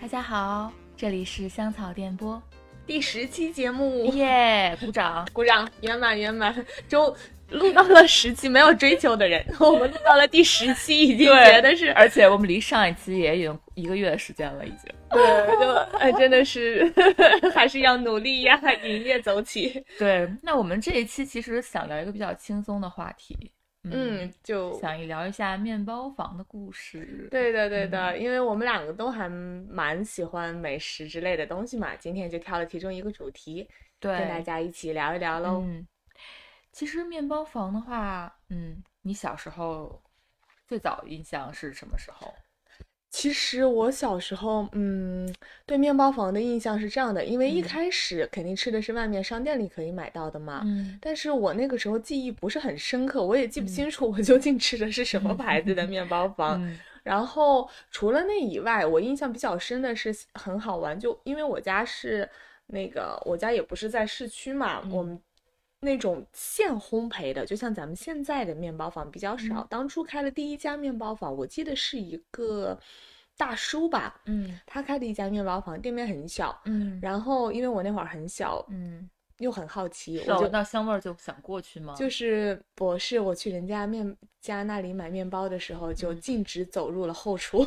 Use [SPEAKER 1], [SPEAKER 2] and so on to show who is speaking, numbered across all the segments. [SPEAKER 1] 大家好，这里是香草电波，
[SPEAKER 2] 第十期节目，
[SPEAKER 1] 耶、鼓掌！
[SPEAKER 2] 鼓掌，圆满圆满。周录到了十期，没有追求 的人，我们录到了第十期，已经觉得是，
[SPEAKER 1] 而且我们离上一期也已经一个月的时间了，已经。
[SPEAKER 2] 对，就哎，真的是 还是要努力呀，迎夜走起。
[SPEAKER 1] 对，那我们这一期其实想聊一个比较轻松的话题，
[SPEAKER 2] 嗯，就
[SPEAKER 1] 想一聊一下面包房的故事。，
[SPEAKER 2] 对的对的，因为我们两个都还蛮喜欢美食之类的东西嘛，今天就挑了其中一个主题，
[SPEAKER 1] 对，
[SPEAKER 2] 跟大家一起聊一聊喽。
[SPEAKER 1] 嗯，其实面包房的话，嗯，你小时候最早印象是什么时候？
[SPEAKER 2] 其实我小时候，嗯，对面包房的印象是这样的，因为
[SPEAKER 1] 嗯
[SPEAKER 2] 一开始肯定吃的是外面商店里可以买到的嘛。
[SPEAKER 1] 嗯，
[SPEAKER 2] 但是我那个时候记忆不是很深刻，我也记不
[SPEAKER 1] 嗯
[SPEAKER 2] 清楚我 究竟吃的是 什么牌子的面包房。
[SPEAKER 1] 嗯
[SPEAKER 2] 然后除了那以外，我印象比较深的是很好玩，就因为我家是那个我家也不是在市区嘛，我
[SPEAKER 1] 嗯
[SPEAKER 2] 们那种现烘焙的，就像咱们现在的面包房比较少。
[SPEAKER 1] 嗯
[SPEAKER 2] 当初开了第一家面包房，我记得是一个大叔吧，
[SPEAKER 1] 嗯
[SPEAKER 2] 他开的一家面包房，店面很小。
[SPEAKER 1] 嗯
[SPEAKER 2] 然后因为我那会儿很小，
[SPEAKER 1] 嗯，
[SPEAKER 2] 又很好奇，
[SPEAKER 1] 是
[SPEAKER 2] 我就
[SPEAKER 1] 闻到香味儿就想过去吗？
[SPEAKER 2] 就是我是我去人家面家那里买面包的时候，
[SPEAKER 1] 嗯
[SPEAKER 2] 就径直走入了后厨。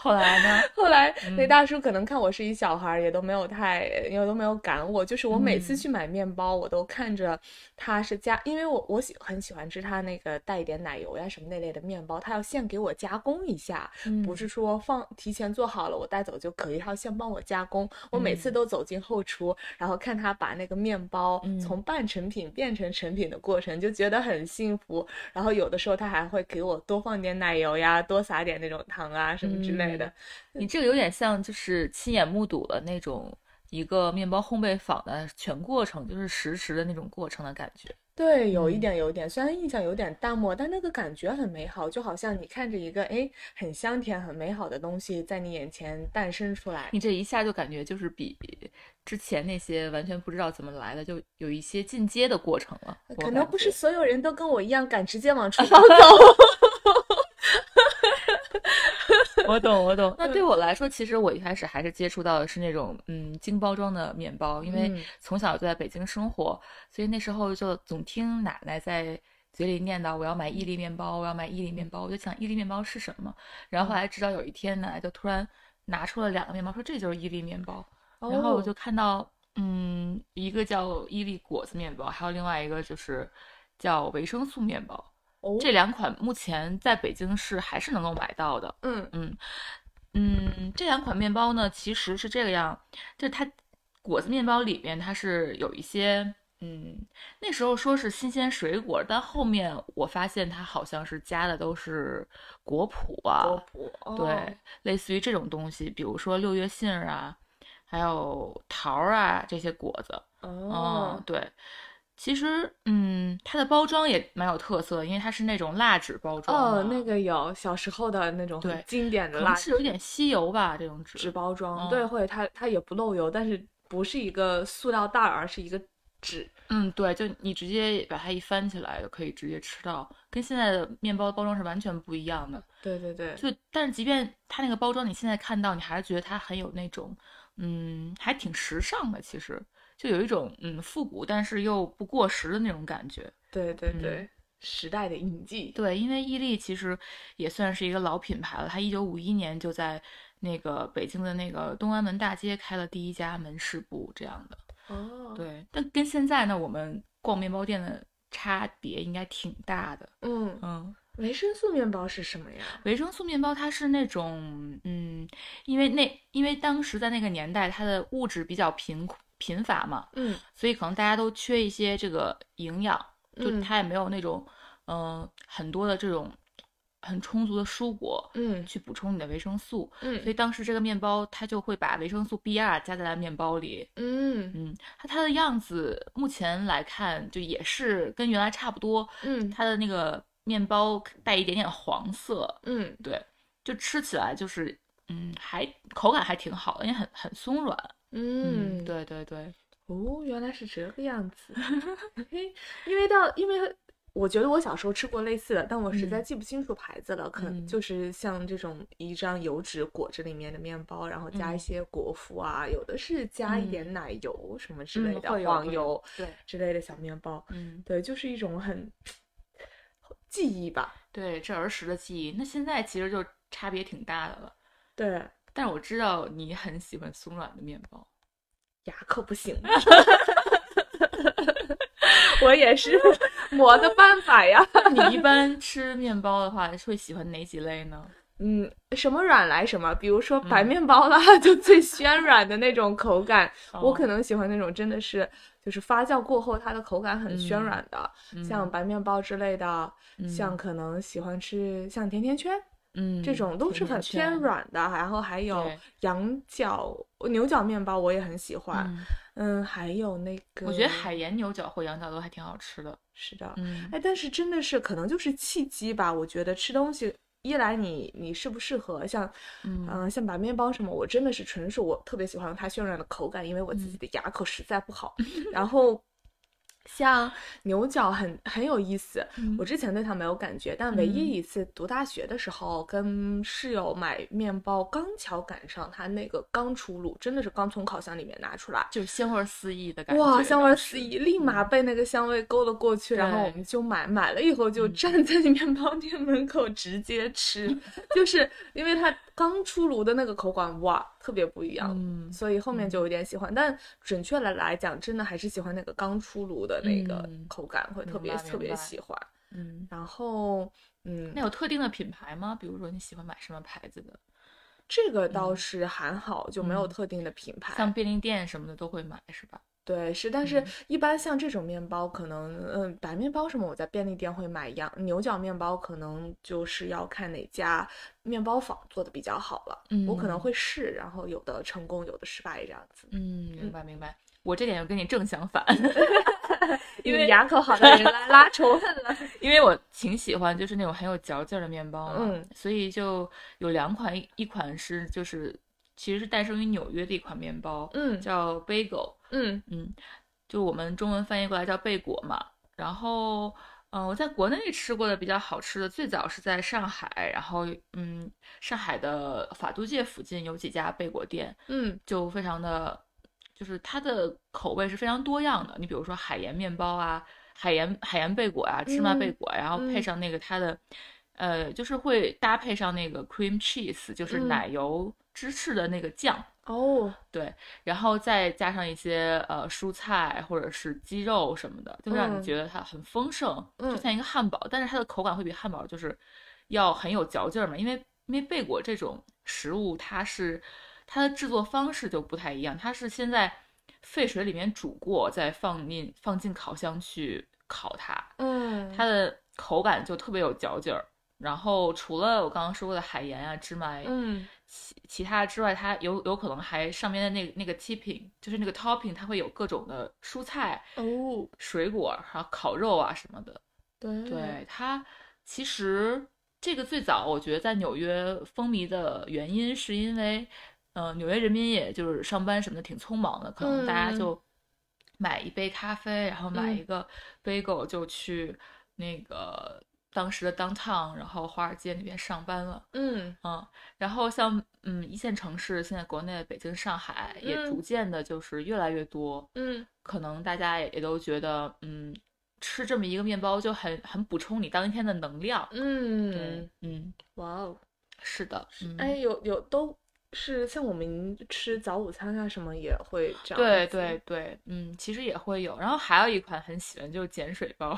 [SPEAKER 1] 后来呢？
[SPEAKER 2] 后来那
[SPEAKER 1] 嗯
[SPEAKER 2] 大叔可能看我是一小孩儿，也都没有太，也都没有赶我。就是我每次
[SPEAKER 1] 嗯
[SPEAKER 2] 去买面包，我都看着他是加，因为我我喜很喜欢吃他那个带一点奶油呀什么那类的面包，他要现给我加工一下， 不
[SPEAKER 1] 嗯
[SPEAKER 2] 是说放提前做好了我带走就可以，他要先帮我加工。我每
[SPEAKER 1] 嗯
[SPEAKER 2] 次都走进后厨，然后看他把那个面包
[SPEAKER 1] 嗯
[SPEAKER 2] 从半成品变成成品的过程，就觉得很幸福。然后有的时候他还会给我多放点奶油呀，多撒点那种糖啊什么之类的。
[SPEAKER 1] 嗯你这个有点像，就是亲眼目睹了那种一个面包烘焙坊的全过程，就是实时的那种过程的感觉。
[SPEAKER 2] 对，有一
[SPEAKER 1] 嗯
[SPEAKER 2] 点，有一点，虽然印象有点淡漠，但那个感觉很美好，就好像你看着一个哎很香甜、很美好的东西在你眼前诞生出来。
[SPEAKER 1] 你这一下就感觉就是比之前那些完全不知道怎么来的，就有一些进阶的过程了。我
[SPEAKER 2] 可能
[SPEAKER 1] 感
[SPEAKER 2] 不是
[SPEAKER 1] 觉
[SPEAKER 2] 所有人都跟我一样敢直接 往厨房走。
[SPEAKER 1] 我懂，我懂。那对我来说，其实我一开始还是接触到的是那种嗯精包装的面包，因为
[SPEAKER 2] 嗯
[SPEAKER 1] 从小就在北京生活，所以那时候就总听奶奶在嘴里念叨我要买伊利面包，我要买伊利面包。我就想伊利面包是什么？然后后来直到有一天，奶奶就突然拿出了两个面包，说这就是伊利面包。然
[SPEAKER 2] 哦
[SPEAKER 1] 后我就看到嗯一个叫伊利果子面包，还有另外一个就是叫维生素面包。
[SPEAKER 2] 哦，
[SPEAKER 1] 这两款目前在北京市还是能够买到的。
[SPEAKER 2] 嗯
[SPEAKER 1] 嗯，嗯，这两款面包呢，其实是这个样，就是它果子面包里面它是有一些，嗯，那时候说是新鲜水果，但后面我发现它好像是加的都是果脯
[SPEAKER 2] 果
[SPEAKER 1] 啊，
[SPEAKER 2] 脯，哦
[SPEAKER 1] 对，类似于这种东西，比如说六月杏儿啊，还有桃儿啊这些果子，嗯
[SPEAKER 2] 哦，，
[SPEAKER 1] 对。其实，嗯，它的包装也蛮有特色，因为它是那种蜡纸包装
[SPEAKER 2] 哦，
[SPEAKER 1] 嘛
[SPEAKER 2] 那个有小时候的那种很
[SPEAKER 1] 对
[SPEAKER 2] 经典的
[SPEAKER 1] 可
[SPEAKER 2] 蜡
[SPEAKER 1] 能是有点吸油吧，这种
[SPEAKER 2] 纸
[SPEAKER 1] 纸。
[SPEAKER 2] 包装，
[SPEAKER 1] 嗯
[SPEAKER 2] 对，或者它它也不漏油，但是不是一个塑料袋儿，而是一个纸。
[SPEAKER 1] 嗯，对，就你直接把它一翻起来，就可以直接吃到，跟现在的面包包装是完全不一样的。
[SPEAKER 2] 对对对，
[SPEAKER 1] 就但是即便它那个包装，你现在看到，你还是觉得它很有那种，嗯，还挺时尚的。其实就有一种嗯复古，但是又不过时的那种感觉。
[SPEAKER 2] 对对
[SPEAKER 1] 嗯
[SPEAKER 2] 对，时代的印记。
[SPEAKER 1] 对，因为伊利其实也算是一个老品牌了，它一九五一年就在那个北京的那个东安门大街开了第一家门市部这样的。
[SPEAKER 2] 哦，
[SPEAKER 1] 对，但跟现在呢，我们逛面包店的差别应该挺大的。
[SPEAKER 2] 嗯，
[SPEAKER 1] 嗯，
[SPEAKER 2] 维生素面包是什么呀？
[SPEAKER 1] 维生素面包它是那种，嗯，因为那因为当时在那个年代，它的物质比较贫贫乏嘛，
[SPEAKER 2] 嗯
[SPEAKER 1] 所以可能大家都缺一些这个营养，就
[SPEAKER 2] 嗯
[SPEAKER 1] 它也没有那种，嗯、很多的这种很充足的蔬果
[SPEAKER 2] 嗯
[SPEAKER 1] 去补充你的维生素，所
[SPEAKER 2] 嗯
[SPEAKER 1] 以当时这个面包它就会把维生素 B 二加在它面包里，
[SPEAKER 2] 嗯
[SPEAKER 1] 嗯，它它的样子目前来看，就也是跟原来差不多，
[SPEAKER 2] 嗯
[SPEAKER 1] 它的那个面包带一点点黄色，
[SPEAKER 2] 嗯，
[SPEAKER 1] 对，就吃起来就是，嗯，还口感还挺好的，因为很很松软，
[SPEAKER 2] 嗯，
[SPEAKER 1] 对对对，
[SPEAKER 2] 哦，原来是这个样子。嘿因为到因为我觉得我小时候吃过类似的，但我实在
[SPEAKER 1] 嗯
[SPEAKER 2] 记不清楚牌子了。可能
[SPEAKER 1] 嗯
[SPEAKER 2] 就是像这种一张油纸裹着里面的面包，然后加一
[SPEAKER 1] 嗯
[SPEAKER 2] 些果脯啊，有的是加一点奶油什么之类的，
[SPEAKER 1] 嗯会有
[SPEAKER 2] 黄
[SPEAKER 1] 会
[SPEAKER 2] 油
[SPEAKER 1] 对，
[SPEAKER 2] 之类的小面包。
[SPEAKER 1] 嗯，
[SPEAKER 2] 对，就是一种很记忆吧。
[SPEAKER 1] 对，这儿时的记忆，那现在其实就差别挺大的了。
[SPEAKER 2] 对，
[SPEAKER 1] 但是我知道你很喜欢松软的面包，
[SPEAKER 2] 牙可不行。啊 我也是磨的办法呀。
[SPEAKER 1] 那你一般吃面包的话，会喜欢哪几类呢？
[SPEAKER 2] 嗯，什么软来什么，比如说白
[SPEAKER 1] 嗯
[SPEAKER 2] 面包啦， 就最暄软的那种口感，我
[SPEAKER 1] 哦
[SPEAKER 2] 可能喜欢那种真的是就是发酵过后它的口感很暄
[SPEAKER 1] 嗯
[SPEAKER 2] 软的，
[SPEAKER 1] 嗯
[SPEAKER 2] 像白面包之类的，
[SPEAKER 1] 嗯
[SPEAKER 2] 像可能喜欢吃像甜甜圈
[SPEAKER 1] 嗯
[SPEAKER 2] 这种都是很偏
[SPEAKER 1] 圈
[SPEAKER 2] 软的，然后还有
[SPEAKER 1] 对
[SPEAKER 2] 羊角牛角面包我也很喜欢，
[SPEAKER 1] 嗯
[SPEAKER 2] 嗯，还有那个
[SPEAKER 1] 我觉得海盐牛角或羊角都还挺好吃的。
[SPEAKER 2] 是的，
[SPEAKER 1] 嗯，
[SPEAKER 2] 哎，但是真的是可能就是契机吧。我觉得吃东西，一来你你适不适合，像，
[SPEAKER 1] 嗯
[SPEAKER 2] 呃像白面包什么，我真的是纯属我特别喜欢它渲染的口感，因为我自己
[SPEAKER 1] 嗯
[SPEAKER 2] 的牙口实在 不好。然后像牛角很很有意思，
[SPEAKER 1] 嗯
[SPEAKER 2] 我之前对它没有感觉，但唯一一次读大学的时候，跟室友买面包，刚巧赶上它那个刚出炉，真的是刚从烤箱里面拿出来，
[SPEAKER 1] 就是香味儿四溢的感觉。
[SPEAKER 2] 哇，香
[SPEAKER 1] 当
[SPEAKER 2] 味儿
[SPEAKER 1] 时嗯
[SPEAKER 2] 四溢，立马被那个香味勾了过去，然后我
[SPEAKER 1] 对嗯
[SPEAKER 2] 们就买，买了以后就站在面包店门口直 接吃，就是因为它刚出炉的那个口感，哇，特别不一样，
[SPEAKER 1] 嗯
[SPEAKER 2] 所以后面就有点喜欢。但准确的来讲，真的还是喜欢那个刚出炉的那个
[SPEAKER 1] 嗯
[SPEAKER 2] 口感，会特
[SPEAKER 1] 明
[SPEAKER 2] 别
[SPEAKER 1] 白
[SPEAKER 2] 特别
[SPEAKER 1] 明白
[SPEAKER 2] 喜欢。
[SPEAKER 1] 嗯，
[SPEAKER 2] 然后，嗯，
[SPEAKER 1] 那有特定的品牌吗？比如说你喜欢买什么牌子的？
[SPEAKER 2] 这个倒是还好，就没有
[SPEAKER 1] 嗯
[SPEAKER 2] 特定的品牌。
[SPEAKER 1] 像便利店什么的都会买是吧？
[SPEAKER 2] 对，是，但是
[SPEAKER 1] 嗯
[SPEAKER 2] 一般像这种面包，可能嗯，白面包什么，我在便利店会买羊牛角面包，可能就是要看哪家面包坊做的比较好了，我可能
[SPEAKER 1] 嗯
[SPEAKER 2] 会试，然后有的成功，有的失败这样子。
[SPEAKER 1] 嗯，明白明白。我这点就跟你正相 反，因
[SPEAKER 2] 你
[SPEAKER 1] 为
[SPEAKER 2] 牙口好的人 来拉仇恨了。
[SPEAKER 1] 因为我挺喜欢就是那种很有嚼劲儿的面包嘛，
[SPEAKER 2] 嗯
[SPEAKER 1] 所以就有两款，一一款是就是其实是诞生于纽约的一款面包，
[SPEAKER 2] 嗯
[SPEAKER 1] 叫 bagel，
[SPEAKER 2] 嗯
[SPEAKER 1] 嗯，就我们中文翻译过来叫贝果嘛。然后，嗯、我在国内吃过的比较好吃的，最早是在上海，然后嗯，上海的法租界附近有几家贝果店，
[SPEAKER 2] 嗯
[SPEAKER 1] 就非常的，就是它的口味是非常多样的。你比如说海盐面包啊，海盐海盐贝果啊，芝麻贝
[SPEAKER 2] 嗯
[SPEAKER 1] 果啊，然后配
[SPEAKER 2] 嗯
[SPEAKER 1] 上那个它的，呃，就是会搭配上那个 cream cheese，就是
[SPEAKER 2] 嗯
[SPEAKER 1] 奶油芝士的那个酱，
[SPEAKER 2] 哦
[SPEAKER 1] 对，然后再加上一些呃蔬菜或者是鸡肉什么的，就让
[SPEAKER 2] 嗯
[SPEAKER 1] 你觉得它很丰盛，
[SPEAKER 2] 嗯
[SPEAKER 1] 就像一个汉堡，但是它的口感会比汉堡就是要很有嚼劲儿嘛，因为因为贝果这种食物它是它的制作方式就不太一样，它是先在沸水里面煮过，再放进放进烤箱去烤它，
[SPEAKER 2] 嗯
[SPEAKER 1] 它的口感就特别有嚼劲儿。然后除了我刚刚说过的海盐啊、芝麻
[SPEAKER 2] 嗯
[SPEAKER 1] 其其他之外，它有有可能还上面的那个那个 tipping，就是那个 topping，它会有各种的蔬菜、
[SPEAKER 2] 哦
[SPEAKER 1] 水果，还有烤肉啊什么的。
[SPEAKER 2] 对
[SPEAKER 1] 对它，其实这个最早我觉得在纽约风靡的原因，是因为，呃，纽约人民也就是上班什么的挺匆忙的，可能大家
[SPEAKER 2] 嗯
[SPEAKER 1] 就买一杯咖啡，然后买
[SPEAKER 2] 嗯
[SPEAKER 1] 一个 bagel 就去那个当时的 downtown，然后华尔街那边上班了。
[SPEAKER 2] 嗯
[SPEAKER 1] 嗯，然后像嗯一线城市，现在国内北京、上海也
[SPEAKER 2] 嗯
[SPEAKER 1] 逐渐的就是越来越多，
[SPEAKER 2] 嗯
[SPEAKER 1] 可能大家也也都觉得嗯吃这么一个面包就很很补充你当一天的能量。
[SPEAKER 2] 嗯
[SPEAKER 1] 对，嗯，
[SPEAKER 2] 哇哦。
[SPEAKER 1] 是的，嗯，
[SPEAKER 2] 哎，有有都是像我们吃早午餐啊什么也会这样。
[SPEAKER 1] 对对，对，嗯，其实也会有。然后还有一款很喜欢就是碱水包，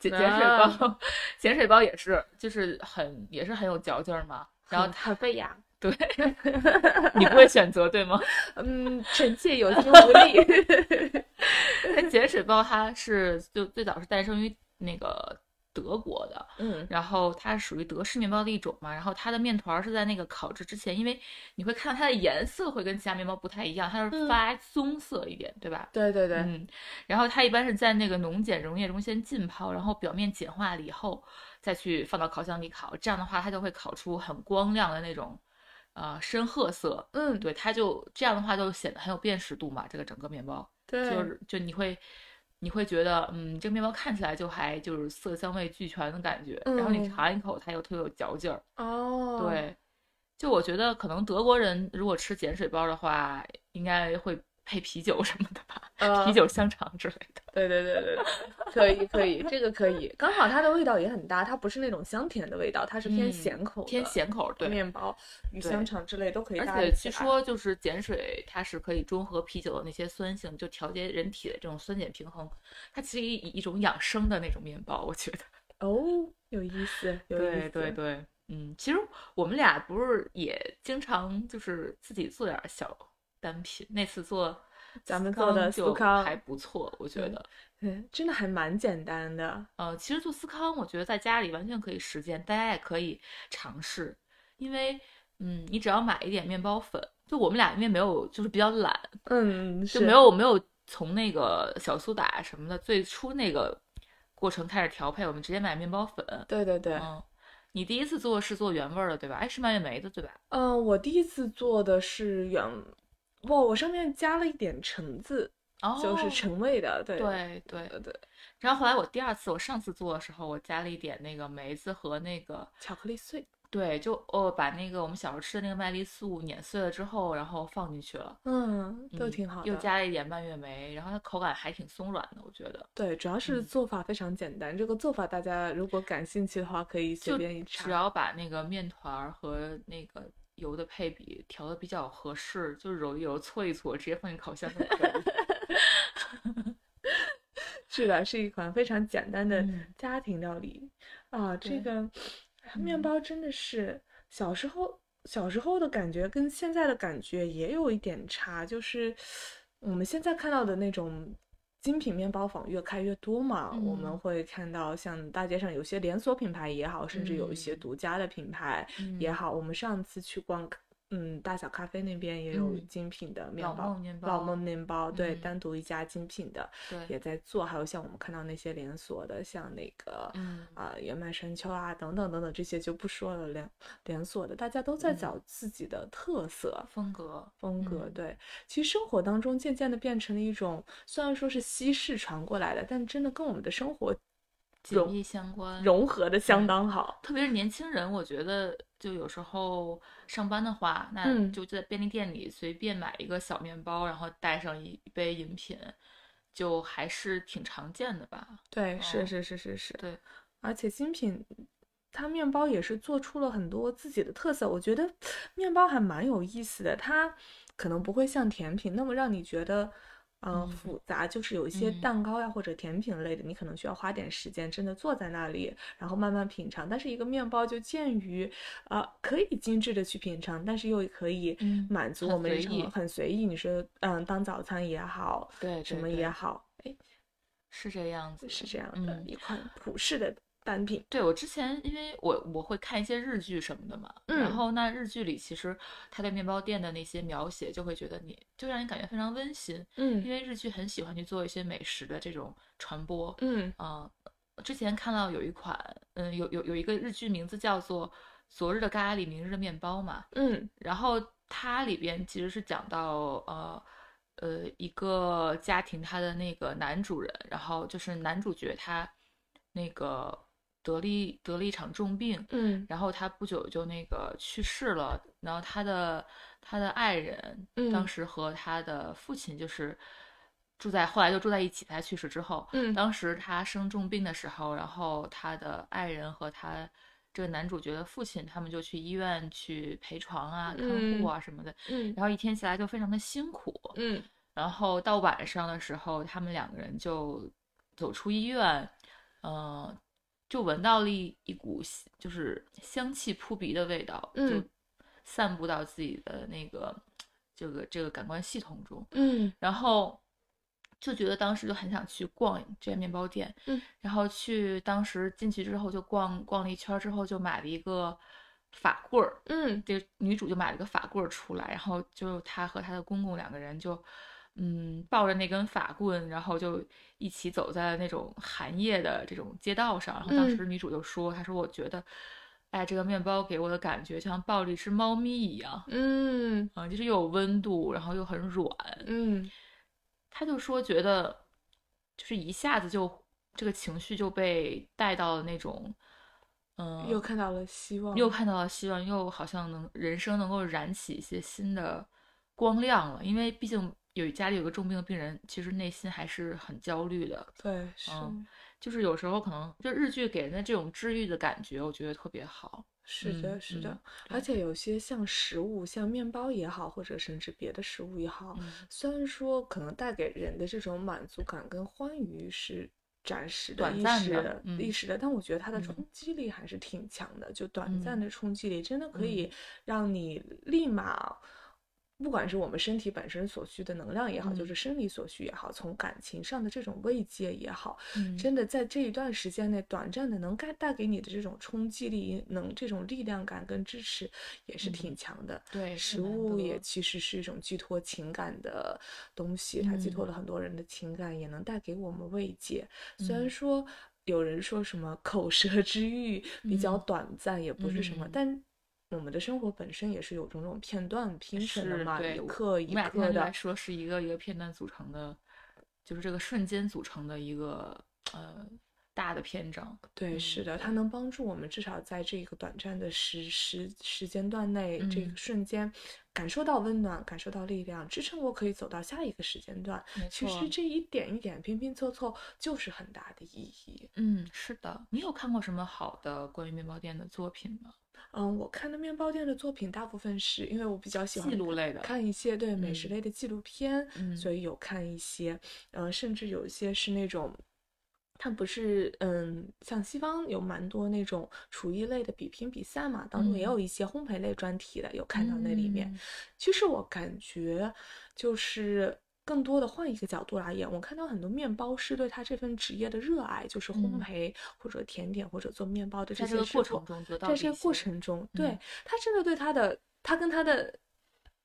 [SPEAKER 1] 碱碱水
[SPEAKER 2] 啊
[SPEAKER 1] 包，碱水包也是就是很也是很有嚼劲儿嘛。然后
[SPEAKER 2] 很很费牙。
[SPEAKER 1] 对，你不会选择对吗？
[SPEAKER 2] 嗯，臣妾有心无力。
[SPEAKER 1] 那碱水包它是就最早是诞生于那个德国的，
[SPEAKER 2] 嗯
[SPEAKER 1] 然后它是属于德式面包的一种嘛，然后它的面团儿是在那个烤制之前，因为你会看到它的颜色会跟其他面包不太一样，它
[SPEAKER 2] 嗯
[SPEAKER 1] 是发棕色一点，对吧？
[SPEAKER 2] 对对对，
[SPEAKER 1] 嗯，然后它一般是在那个浓碱溶液中先浸泡，然后表面碱化了以后，再去放到烤箱里烤，这样的话它就会烤出很光亮的那种，呃，深褐色。
[SPEAKER 2] 嗯
[SPEAKER 1] 对，它就这样的话就显得很有辨识度嘛，这个整个面包。
[SPEAKER 2] 对，
[SPEAKER 1] 就是就你会你会觉得，嗯，这个面包看起来就还就是色香味俱全的感觉，然后你
[SPEAKER 2] 嗯
[SPEAKER 1] 尝一口，它又特别有嚼劲儿。
[SPEAKER 2] 哦，，
[SPEAKER 1] 对，就我觉得可能德国人如果吃碱水包的话，应该会配啤酒什么的吧，
[SPEAKER 2] 呃
[SPEAKER 1] 啤，酒、香肠之类的。
[SPEAKER 2] 对对对对，对，可以可以，这个可以，刚好它的味道也很搭，它不是那种香甜的味道，它是偏
[SPEAKER 1] 嗯
[SPEAKER 2] 咸口的，
[SPEAKER 1] 偏咸口儿，对。
[SPEAKER 2] 面包与
[SPEAKER 1] 对
[SPEAKER 2] 香肠之类都可以
[SPEAKER 1] 而
[SPEAKER 2] 搭
[SPEAKER 1] 且
[SPEAKER 2] 一
[SPEAKER 1] 据
[SPEAKER 2] 起来。
[SPEAKER 1] 说就是碱水，它是可以中和啤酒的那些酸性，就调节人体的这种酸碱平衡。它其实以一种养生的那种面包，我觉得。
[SPEAKER 2] 哦，有意思，有意
[SPEAKER 1] 对
[SPEAKER 2] 思，
[SPEAKER 1] 对对，嗯，其实我们俩不是也经常就是自己做点儿小单品，那次做
[SPEAKER 2] 咱们
[SPEAKER 1] 司
[SPEAKER 2] 做
[SPEAKER 1] 康
[SPEAKER 2] 的司
[SPEAKER 1] 就
[SPEAKER 2] 康
[SPEAKER 1] 还不错，我觉
[SPEAKER 2] 嗯
[SPEAKER 1] 得。
[SPEAKER 2] 嗯 真的还蛮简单的。
[SPEAKER 1] 呃，其实做司康，我觉得在家里完全可以实践，大家也可以尝试，因为嗯，你只要买一点面包粉，就我们俩因为没有就是比较懒，
[SPEAKER 2] 嗯，
[SPEAKER 1] 就是没有没有从那个小苏打什么的最初那个过程开始调配，我们直接买面包粉。
[SPEAKER 2] 对对对，
[SPEAKER 1] 嗯，你第一次做是做原味儿的对吧？哎，是蔓越莓的对吧？
[SPEAKER 2] 嗯，我第一次做的是原，哇，我上面加了一点橙子，
[SPEAKER 1] 哦，
[SPEAKER 2] 就是橙味的，对
[SPEAKER 1] 对对。
[SPEAKER 2] 对对，
[SPEAKER 1] 然后后来我第二次，我上次做的时候，我加了一点那个梅子和那个，
[SPEAKER 2] 巧克力碎，
[SPEAKER 1] 对，就哦把那个我们小时候吃的那个麦丽素碾碎了之后，然后放进去了，
[SPEAKER 2] 嗯，都
[SPEAKER 1] 嗯
[SPEAKER 2] 挺好
[SPEAKER 1] 又
[SPEAKER 2] 的。
[SPEAKER 1] 加了一点蔓越莓，然后它口感还挺松软的，我觉得。
[SPEAKER 2] 对，主要是
[SPEAKER 1] 嗯
[SPEAKER 2] 做法非常简单，这个做法大家如果感兴趣的话，可以随
[SPEAKER 1] 就
[SPEAKER 2] 便一
[SPEAKER 1] 只
[SPEAKER 2] 查。
[SPEAKER 1] 要把那个面团儿和那个油的配比调的比较合适，就揉一揉搓一搓，直接放进烤箱就可 以了。
[SPEAKER 2] 是的，是一款非常简单的
[SPEAKER 1] 嗯
[SPEAKER 2] 家庭料理啊。这
[SPEAKER 1] 对
[SPEAKER 2] 个面
[SPEAKER 1] 嗯
[SPEAKER 2] 包真的是小时候小时候的感觉跟现在的感觉也有一点差，就是我们现在看到的那种。精品面包坊越开越多嘛，我们
[SPEAKER 1] 嗯
[SPEAKER 2] 会看到像大街上有些连锁品牌也好，甚至有一些
[SPEAKER 1] 嗯
[SPEAKER 2] 独家的品牌也
[SPEAKER 1] 嗯
[SPEAKER 2] 好。我们上次去逛，嗯，大小咖啡那边也有
[SPEAKER 1] 嗯
[SPEAKER 2] 精品的面
[SPEAKER 1] 老
[SPEAKER 2] 包，
[SPEAKER 1] 梦面
[SPEAKER 2] 老
[SPEAKER 1] 包
[SPEAKER 2] 梦面包，对，
[SPEAKER 1] 嗯
[SPEAKER 2] 单独一家精品的，
[SPEAKER 1] 对，
[SPEAKER 2] 也在做，还有像我们看到那些连锁的，像那个
[SPEAKER 1] 嗯
[SPEAKER 2] 啊、圆满山丘啊等等等等这些就不说了，连连锁的，大家都在
[SPEAKER 1] 嗯
[SPEAKER 2] 找自己的特色。
[SPEAKER 1] 风格，
[SPEAKER 2] 风格
[SPEAKER 1] 嗯
[SPEAKER 2] 对，其实生活当中渐渐的变成了一种，虽然说是西式传过来的，但真的跟我们的生活
[SPEAKER 1] 紧
[SPEAKER 2] 融
[SPEAKER 1] 密相关，
[SPEAKER 2] 融合的相
[SPEAKER 1] 嗯
[SPEAKER 2] 当好。
[SPEAKER 1] 特别是年轻人，我觉得就有时候上班的话，那
[SPEAKER 2] 嗯
[SPEAKER 1] 就在便利店里随便买一个小面包，然后带上一一杯饮品，就还是挺常见的吧。
[SPEAKER 2] 对，是
[SPEAKER 1] 哦
[SPEAKER 2] 是是是是，
[SPEAKER 1] 对，
[SPEAKER 2] 而且精品，它面包也是做出了很多自己的特色。我觉得面包还蛮有意思的，它可能不会像甜品那么让你觉得，呃，
[SPEAKER 1] 嗯
[SPEAKER 2] 复杂。就是有一些
[SPEAKER 1] 嗯
[SPEAKER 2] 蛋糕呀、或者甜品类的，你可能需要花点时间，真的坐在那里，然后慢慢品尝。但是一个面包就鉴于，呃，可以精致的去品尝，但是又可以
[SPEAKER 1] 嗯
[SPEAKER 2] 满足
[SPEAKER 1] 很
[SPEAKER 2] 我们日
[SPEAKER 1] 随意
[SPEAKER 2] 常很随意。你说，嗯，当早餐也好，
[SPEAKER 1] 对，
[SPEAKER 2] 什
[SPEAKER 1] 对
[SPEAKER 2] 么
[SPEAKER 1] 对
[SPEAKER 2] 也好，哎，
[SPEAKER 1] 是这样子的，
[SPEAKER 2] 是这样的、
[SPEAKER 1] 嗯。
[SPEAKER 2] 一款普世的单品。
[SPEAKER 1] 对，我之前因为我我会看一些日剧什么的嘛，然
[SPEAKER 2] 嗯
[SPEAKER 1] 后那日剧里其实他对面包店的那些描写，就会觉得你就让你感觉非常温馨，
[SPEAKER 2] 嗯
[SPEAKER 1] 因为日剧很喜欢去做一些美食的这种传播。
[SPEAKER 2] 嗯
[SPEAKER 1] 嗯、之前看到有一款，嗯，有有有一个日剧名字叫做《昨日的咖喱，明日的面包》嘛，
[SPEAKER 2] 嗯
[SPEAKER 1] 然后它里边其实是讲到呃呃一个家庭，他的那个男主人，然后就是男主角他那个得了一得了一场重病，
[SPEAKER 2] 嗯
[SPEAKER 1] 然后他不久就那个去世了，然后他的他的爱人当
[SPEAKER 2] 嗯
[SPEAKER 1] 时和他的父亲就是住在后来就住在一起，他去世之后，
[SPEAKER 2] 嗯
[SPEAKER 1] 当时他生重病的时候，然后他的爱人和他这个男主角的父亲，他们就去医院去陪床啊、看护
[SPEAKER 2] 嗯
[SPEAKER 1] 啊什么的，
[SPEAKER 2] 嗯
[SPEAKER 1] 然后一天下来就非常的辛苦，
[SPEAKER 2] 嗯
[SPEAKER 1] 然后到晚上的时候，他们两个人就走出医院，嗯、就闻到了一一股香就是香气扑鼻的味道，就
[SPEAKER 2] 嗯
[SPEAKER 1] 散布到自己的那个这个这个感官系统中，
[SPEAKER 2] 嗯
[SPEAKER 1] 然后就觉得当时就很想去逛这家面包店，
[SPEAKER 2] 嗯
[SPEAKER 1] 然后去当时进去之后就逛逛了一圈儿之后，就买了一个法棍儿，
[SPEAKER 2] 嗯
[SPEAKER 1] 这个女主就买了个法棍儿出来，然后就她和她的公公两个人就，嗯，抱着那根法棍，然后就一起走在那种寒夜的这种街道上。然后当
[SPEAKER 2] 嗯
[SPEAKER 1] 时女主就说：“她说我觉得，哎，这个面包给我的感觉像抱着一只猫咪一样，
[SPEAKER 2] 嗯
[SPEAKER 1] 啊，就是又有温度，然后又很软。”
[SPEAKER 2] 嗯
[SPEAKER 1] 她就说觉得就是一下子就这个情绪就被带到了那种，嗯、
[SPEAKER 2] 又看到了希望，
[SPEAKER 1] 又看到了希望，又好像能人生能够燃起一些新的光亮了。因为毕竟有家里有个重病的病人，其实内心还是很焦虑的。
[SPEAKER 2] 对，是、
[SPEAKER 1] 嗯就是有时候可能就日剧给人的这种治愈的感觉，我觉得特别好。
[SPEAKER 2] 是的，
[SPEAKER 1] 嗯
[SPEAKER 2] 是的
[SPEAKER 1] 嗯，
[SPEAKER 2] 而且有些像食物，像面包也好，或者甚至别的食物也好，
[SPEAKER 1] 嗯
[SPEAKER 2] 虽然说可能带给人的这种满足感跟欢愉是暂时的、
[SPEAKER 1] 短
[SPEAKER 2] 一
[SPEAKER 1] 暂
[SPEAKER 2] 时
[SPEAKER 1] 的
[SPEAKER 2] 的、
[SPEAKER 1] 嗯
[SPEAKER 2] 一时的，但我觉得它的
[SPEAKER 1] 嗯
[SPEAKER 2] 冲击力还是挺强的。就短暂
[SPEAKER 1] 嗯
[SPEAKER 2] 的冲击力，真的可
[SPEAKER 1] 嗯
[SPEAKER 2] 以让你立马，不管是我们身体本身所需的能量也好，就
[SPEAKER 1] 嗯
[SPEAKER 2] 是生理所需也好，从感情上的这种慰藉也好，
[SPEAKER 1] 嗯，
[SPEAKER 2] 真的在这一段时间内，短暂的能带带给你的这种冲击力，能这种力量感跟支持，也是
[SPEAKER 1] 嗯
[SPEAKER 2] 挺强的。
[SPEAKER 1] 对，
[SPEAKER 2] 食物也其实是一种寄托情感的东西，它寄托
[SPEAKER 1] 嗯
[SPEAKER 2] 了很多人的情感，也能带给我们慰藉。虽
[SPEAKER 1] 嗯
[SPEAKER 2] 然说有人说什么口舌之欲比较
[SPEAKER 1] 嗯
[SPEAKER 2] 短暂，也不是什么，
[SPEAKER 1] 嗯
[SPEAKER 2] 但。我们的生活本身也是有种种片段拼成的
[SPEAKER 1] 是
[SPEAKER 2] 嘛，
[SPEAKER 1] 对
[SPEAKER 2] 一
[SPEAKER 1] 我
[SPEAKER 2] 刻
[SPEAKER 1] 我们
[SPEAKER 2] 一
[SPEAKER 1] 俩今天
[SPEAKER 2] 刻
[SPEAKER 1] 就
[SPEAKER 2] 的
[SPEAKER 1] 来，说是一个一个片段组成的，就是这个瞬间组成的一个呃大的篇章。
[SPEAKER 2] 对，是
[SPEAKER 1] 嗯
[SPEAKER 2] 的，它能帮助我们至少在这个短暂的时时时间段内，这个
[SPEAKER 1] 嗯
[SPEAKER 2] 瞬间感受到温暖，感受到力量，支撑我可以走到下一个时间段。
[SPEAKER 1] 没
[SPEAKER 2] 其
[SPEAKER 1] 错
[SPEAKER 2] 实这一点一点拼拼凑凑，就是很大的意义。
[SPEAKER 1] 嗯，是的。你有看过什么好的关于面包店的作品吗？
[SPEAKER 2] 嗯，我看的面包店的作品大部分是因为我比较喜欢
[SPEAKER 1] 记录类的。
[SPEAKER 2] 看一些对美食
[SPEAKER 1] 嗯
[SPEAKER 2] 类的纪录片，
[SPEAKER 1] 嗯
[SPEAKER 2] 所以有看一些，嗯，甚至有一些是那种，它不是，嗯，像西方有蛮多那种厨艺类的比拼比赛嘛，当中
[SPEAKER 1] 嗯
[SPEAKER 2] 也有一些烘焙类专题的，有看到那里面。
[SPEAKER 1] 嗯
[SPEAKER 2] 其实我感觉就是。更多的换一个角度来演，我看到很多面包师对他这份职业的热爱，就是烘
[SPEAKER 1] 嗯
[SPEAKER 2] 焙或者甜点或者做面包的这
[SPEAKER 1] 在
[SPEAKER 2] 些
[SPEAKER 1] 这个
[SPEAKER 2] 师
[SPEAKER 1] 过
[SPEAKER 2] 傅
[SPEAKER 1] 程中得到
[SPEAKER 2] 在
[SPEAKER 1] 的
[SPEAKER 2] 这
[SPEAKER 1] 一
[SPEAKER 2] 个过
[SPEAKER 1] 些
[SPEAKER 2] 程中，对
[SPEAKER 1] 嗯
[SPEAKER 2] 他真的对他的他跟他的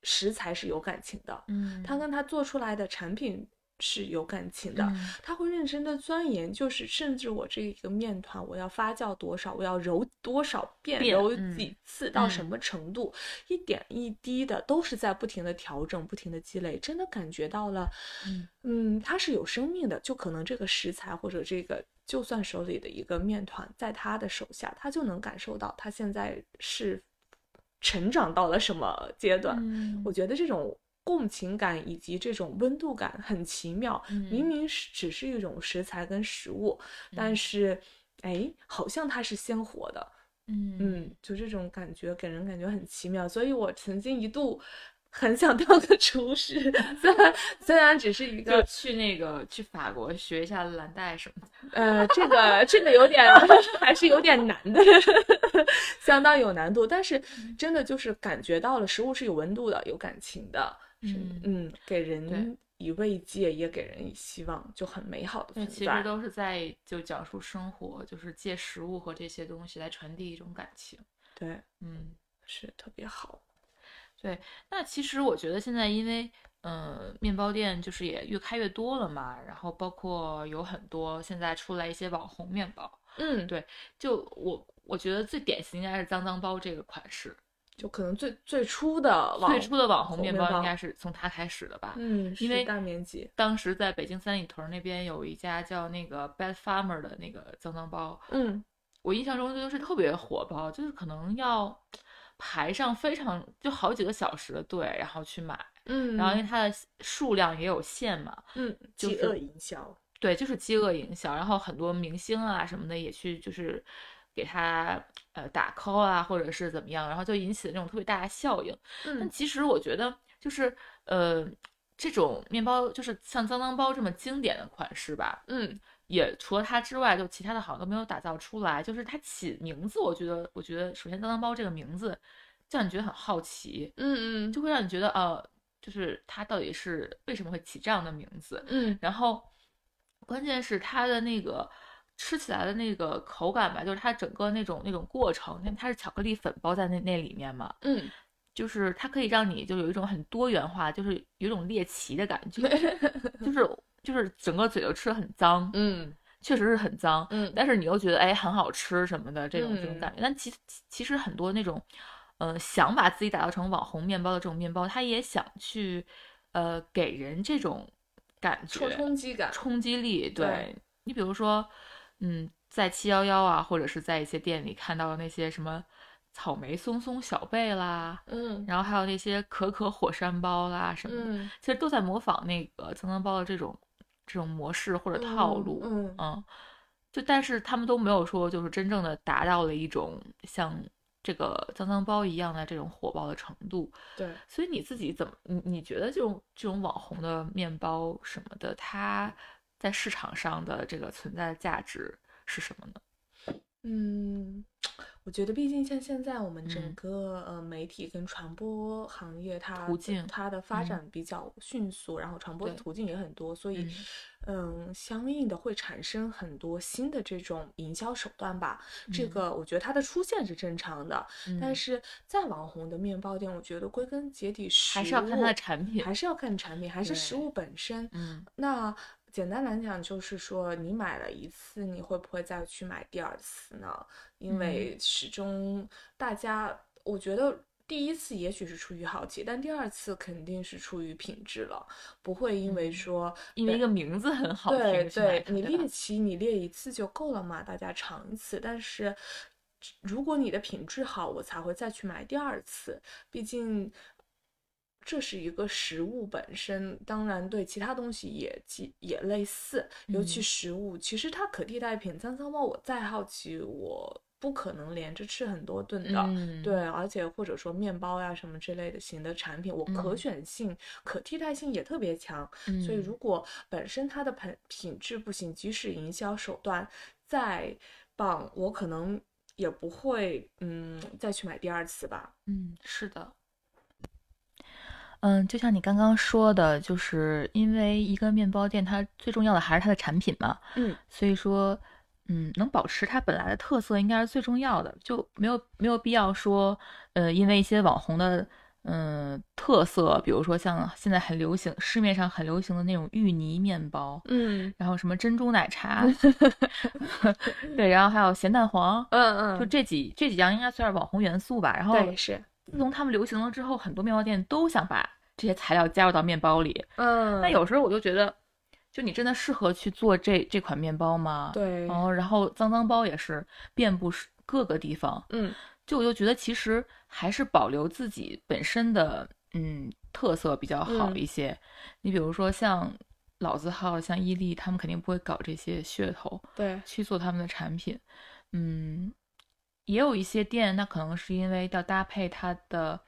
[SPEAKER 2] 食材是有感情的，
[SPEAKER 1] 嗯，
[SPEAKER 2] 他跟他做出来的产品是有感情的，
[SPEAKER 1] 嗯
[SPEAKER 2] 他会认真的钻研，就是甚至我这个面团我要发酵多少，我要揉多少遍，
[SPEAKER 1] 遍
[SPEAKER 2] 揉
[SPEAKER 1] 嗯
[SPEAKER 2] 几次到什
[SPEAKER 1] 嗯
[SPEAKER 2] 么程度，一点一滴的都是在不停的调整，不停的积累，真的感觉到了，
[SPEAKER 1] 嗯
[SPEAKER 2] 嗯，它是有生命的，就可能这个食材或者这个。就算手里的一个面团在他的手下，他就能感受到他现在是成长到了什么阶段。
[SPEAKER 1] 嗯
[SPEAKER 2] 我觉得这种共情感以及这种温度感很奇妙，明
[SPEAKER 1] 嗯
[SPEAKER 2] 明是只是一种食材跟食物，但
[SPEAKER 1] 嗯
[SPEAKER 2] 是，哎，好像它是鲜活的，
[SPEAKER 1] 嗯
[SPEAKER 2] 嗯，就这种感觉给人感觉很奇妙，所以我曾经一度很想当个厨师，虽然虽然只是一
[SPEAKER 1] 就
[SPEAKER 2] 个，
[SPEAKER 1] 去那个去法国学一下蓝带什么的。
[SPEAKER 2] 呃，这个这个有点 还是有点难的， 相当有难度，但是
[SPEAKER 1] 嗯
[SPEAKER 2] 真的就是感觉到了食物是有温度的，有感情的，是
[SPEAKER 1] 嗯
[SPEAKER 2] 嗯，给
[SPEAKER 1] 对
[SPEAKER 2] 人以慰藉，也给人以希望，就很美好的
[SPEAKER 1] 对，
[SPEAKER 2] 存
[SPEAKER 1] 其实
[SPEAKER 2] 在。
[SPEAKER 1] 都是在就讲述生活，就是借食物和这些东西来传递一种感情。
[SPEAKER 2] 对，
[SPEAKER 1] 嗯，
[SPEAKER 2] 是特别好。
[SPEAKER 1] 对。那其实我觉得现在因为呃，面包店就是也越开越多了嘛，然后包括有很多现在出来一些网红面包，
[SPEAKER 2] 嗯，
[SPEAKER 1] 对，就我我觉得最典型应该是脏脏包这个款式，
[SPEAKER 2] 就可能最最初的网
[SPEAKER 1] 最初的网红
[SPEAKER 2] 红
[SPEAKER 1] 面
[SPEAKER 2] 面
[SPEAKER 1] 包应
[SPEAKER 2] 包
[SPEAKER 1] 该是从它开始的吧。
[SPEAKER 2] 嗯，
[SPEAKER 1] 因
[SPEAKER 2] 是
[SPEAKER 1] 为
[SPEAKER 2] 大面积，
[SPEAKER 1] 当时在北京三里屯儿那边有一家叫那个 Bad Farmer 的那个脏脏包，
[SPEAKER 2] 嗯，
[SPEAKER 1] 我印象中就是特别火爆，就是可能要排上非常就好几个小时的队，然后去买，
[SPEAKER 2] 嗯，
[SPEAKER 1] 然后因为它的数量也有限嘛，
[SPEAKER 2] 嗯，
[SPEAKER 1] 就
[SPEAKER 2] 饥
[SPEAKER 1] 是
[SPEAKER 2] 饿营销，
[SPEAKER 1] 对，就是饥饿营销，然后很多明星啊什么的也去就是给他呃打 call 啊，或者是怎么样，然后就引起了那种特别大的效应。但
[SPEAKER 2] 嗯
[SPEAKER 1] 其实我觉得就是呃这种面包就是像脏脏包这么经典的款式吧，
[SPEAKER 2] 嗯，
[SPEAKER 1] 也除了它之外，就其他的好像都没有打造出来。就是它起名字，我觉得，我觉得首先“当当包”这个名字，就让你觉得很好奇，
[SPEAKER 2] 嗯嗯
[SPEAKER 1] 就会让你觉得，呃，就是它到底是为什么会起这样的名字？
[SPEAKER 2] 嗯
[SPEAKER 1] 然后，关键是它的那个吃起来的那个口感吧，就是它整个那种那种过程，因为它是巧克力粉包在那那里面嘛，
[SPEAKER 2] 嗯，
[SPEAKER 1] 就是它可以让你就有一种很多元化，就是有一种猎奇的感觉，就是就是整个嘴都吃的很脏，
[SPEAKER 2] 嗯
[SPEAKER 1] 确实是很脏，
[SPEAKER 2] 嗯
[SPEAKER 1] 但是你又觉得哎很好吃什么的这种这种
[SPEAKER 2] 嗯
[SPEAKER 1] 感觉。但其其其实很多那种，呃，想把自己打造成网红面包的这种面包，它也想去，呃，给人这种感
[SPEAKER 2] 冲
[SPEAKER 1] 觉、
[SPEAKER 2] 冲击感，
[SPEAKER 1] 冲击力。
[SPEAKER 2] 对
[SPEAKER 1] 对你比如说，嗯，在七幺幺啊，或者是在一些店里看到的那些什么草莓松松小贝啦，
[SPEAKER 2] 嗯
[SPEAKER 1] 然后还有那些可可火山包啦什么的，
[SPEAKER 2] 嗯，
[SPEAKER 1] 其实都在模仿那个层层包的这种这种模式或者套路。
[SPEAKER 2] 嗯，
[SPEAKER 1] 嗯，就但是他们都没有说，就是真正的达到了一种像这个脏脏包一样的这种火爆的程度。
[SPEAKER 2] 对，
[SPEAKER 1] 所以你自己怎么，你你觉得这种这种网红的面包什么的，它在市场上的这个存在的价值是什么呢？
[SPEAKER 2] 嗯，我觉得毕竟像现在我们整
[SPEAKER 1] 嗯
[SPEAKER 2] 个呃媒体跟传播行业它，
[SPEAKER 1] 途
[SPEAKER 2] 的
[SPEAKER 1] 径
[SPEAKER 2] 它的发
[SPEAKER 1] 嗯
[SPEAKER 2] 展比较迅速，然后传播的
[SPEAKER 1] 对
[SPEAKER 2] 途径也很多，所以嗯，相应的会产生很多新的这种营销手段吧。这
[SPEAKER 1] 嗯
[SPEAKER 2] 个我觉得它的出现是正常的，但
[SPEAKER 1] 嗯
[SPEAKER 2] 是在网红的面包店，我觉得归根结底
[SPEAKER 1] 还是要看它
[SPEAKER 2] 食
[SPEAKER 1] 的
[SPEAKER 2] 物
[SPEAKER 1] 产品。
[SPEAKER 2] 还是要看产品，还是食
[SPEAKER 1] 对
[SPEAKER 2] 物本身。
[SPEAKER 1] 嗯
[SPEAKER 2] 那简单来讲，就是说你买了一次，你会不会再去买第二次呢？因为始终大家，我觉得第一次也许是出于好奇，但第二次肯定是出于品质了，不会因为
[SPEAKER 1] 嗯
[SPEAKER 2] 说
[SPEAKER 1] 因为一个名字很好听，
[SPEAKER 2] 对
[SPEAKER 1] 去买
[SPEAKER 2] 对，
[SPEAKER 1] 它
[SPEAKER 2] 你
[SPEAKER 1] 对吧
[SPEAKER 2] 猎奇你猎一次就够了嘛，大家尝一次。但是如果你的品质好，我才会再去买第二次。毕竟这是一个食物本身，当然对其他东西也既也类似，尤其
[SPEAKER 1] 嗯
[SPEAKER 2] 食物，其实它可替代品。三烧包我再好奇，我不可能连着吃很多顿的。
[SPEAKER 1] 嗯，
[SPEAKER 2] 对，而且或者说面包呀什么之类的型的产品，我可
[SPEAKER 1] 嗯
[SPEAKER 2] 选性、可替代性也特别强，
[SPEAKER 1] 嗯，
[SPEAKER 2] 所以，如果本身它的品品质不行，即使营销手段再棒，我可能也不会嗯再去买第二次吧。
[SPEAKER 1] 嗯，是的。嗯，就像你刚刚说的，就是因为一个面包店，它最重要的还是它的产品嘛，
[SPEAKER 2] 嗯
[SPEAKER 1] 所以说，嗯，能保持它本来的特色应该是最重要的，就没有没有必要说，呃，因为一些网红的，嗯、特色，比如说像现在很流行，市面上很流行的那种芋泥面包，
[SPEAKER 2] 嗯
[SPEAKER 1] 然后什么珍珠奶 茶，对，然后还有咸蛋黄，
[SPEAKER 2] 嗯
[SPEAKER 1] 就这几这几样应该算是网红元素吧，然后
[SPEAKER 2] 对是，
[SPEAKER 1] 自从他们流行了之后，很多面包店都想把这些材料加入到面包里。
[SPEAKER 2] 嗯
[SPEAKER 1] 那有时候我就觉得，就你真的适合去做这这款面包吗？。
[SPEAKER 2] 对，
[SPEAKER 1] 然后，然后脏脏包也是遍布是各个地方，
[SPEAKER 2] 嗯
[SPEAKER 1] 就我就觉得其实还是保留自己本身的嗯特色比较好
[SPEAKER 2] 嗯
[SPEAKER 1] 一些。你比如说像老字号，像伊利，他们肯定不会搞这些噱头，
[SPEAKER 2] 对，
[SPEAKER 1] 去做他们的产品。嗯，也有一些店，那可能是因为要搭配它的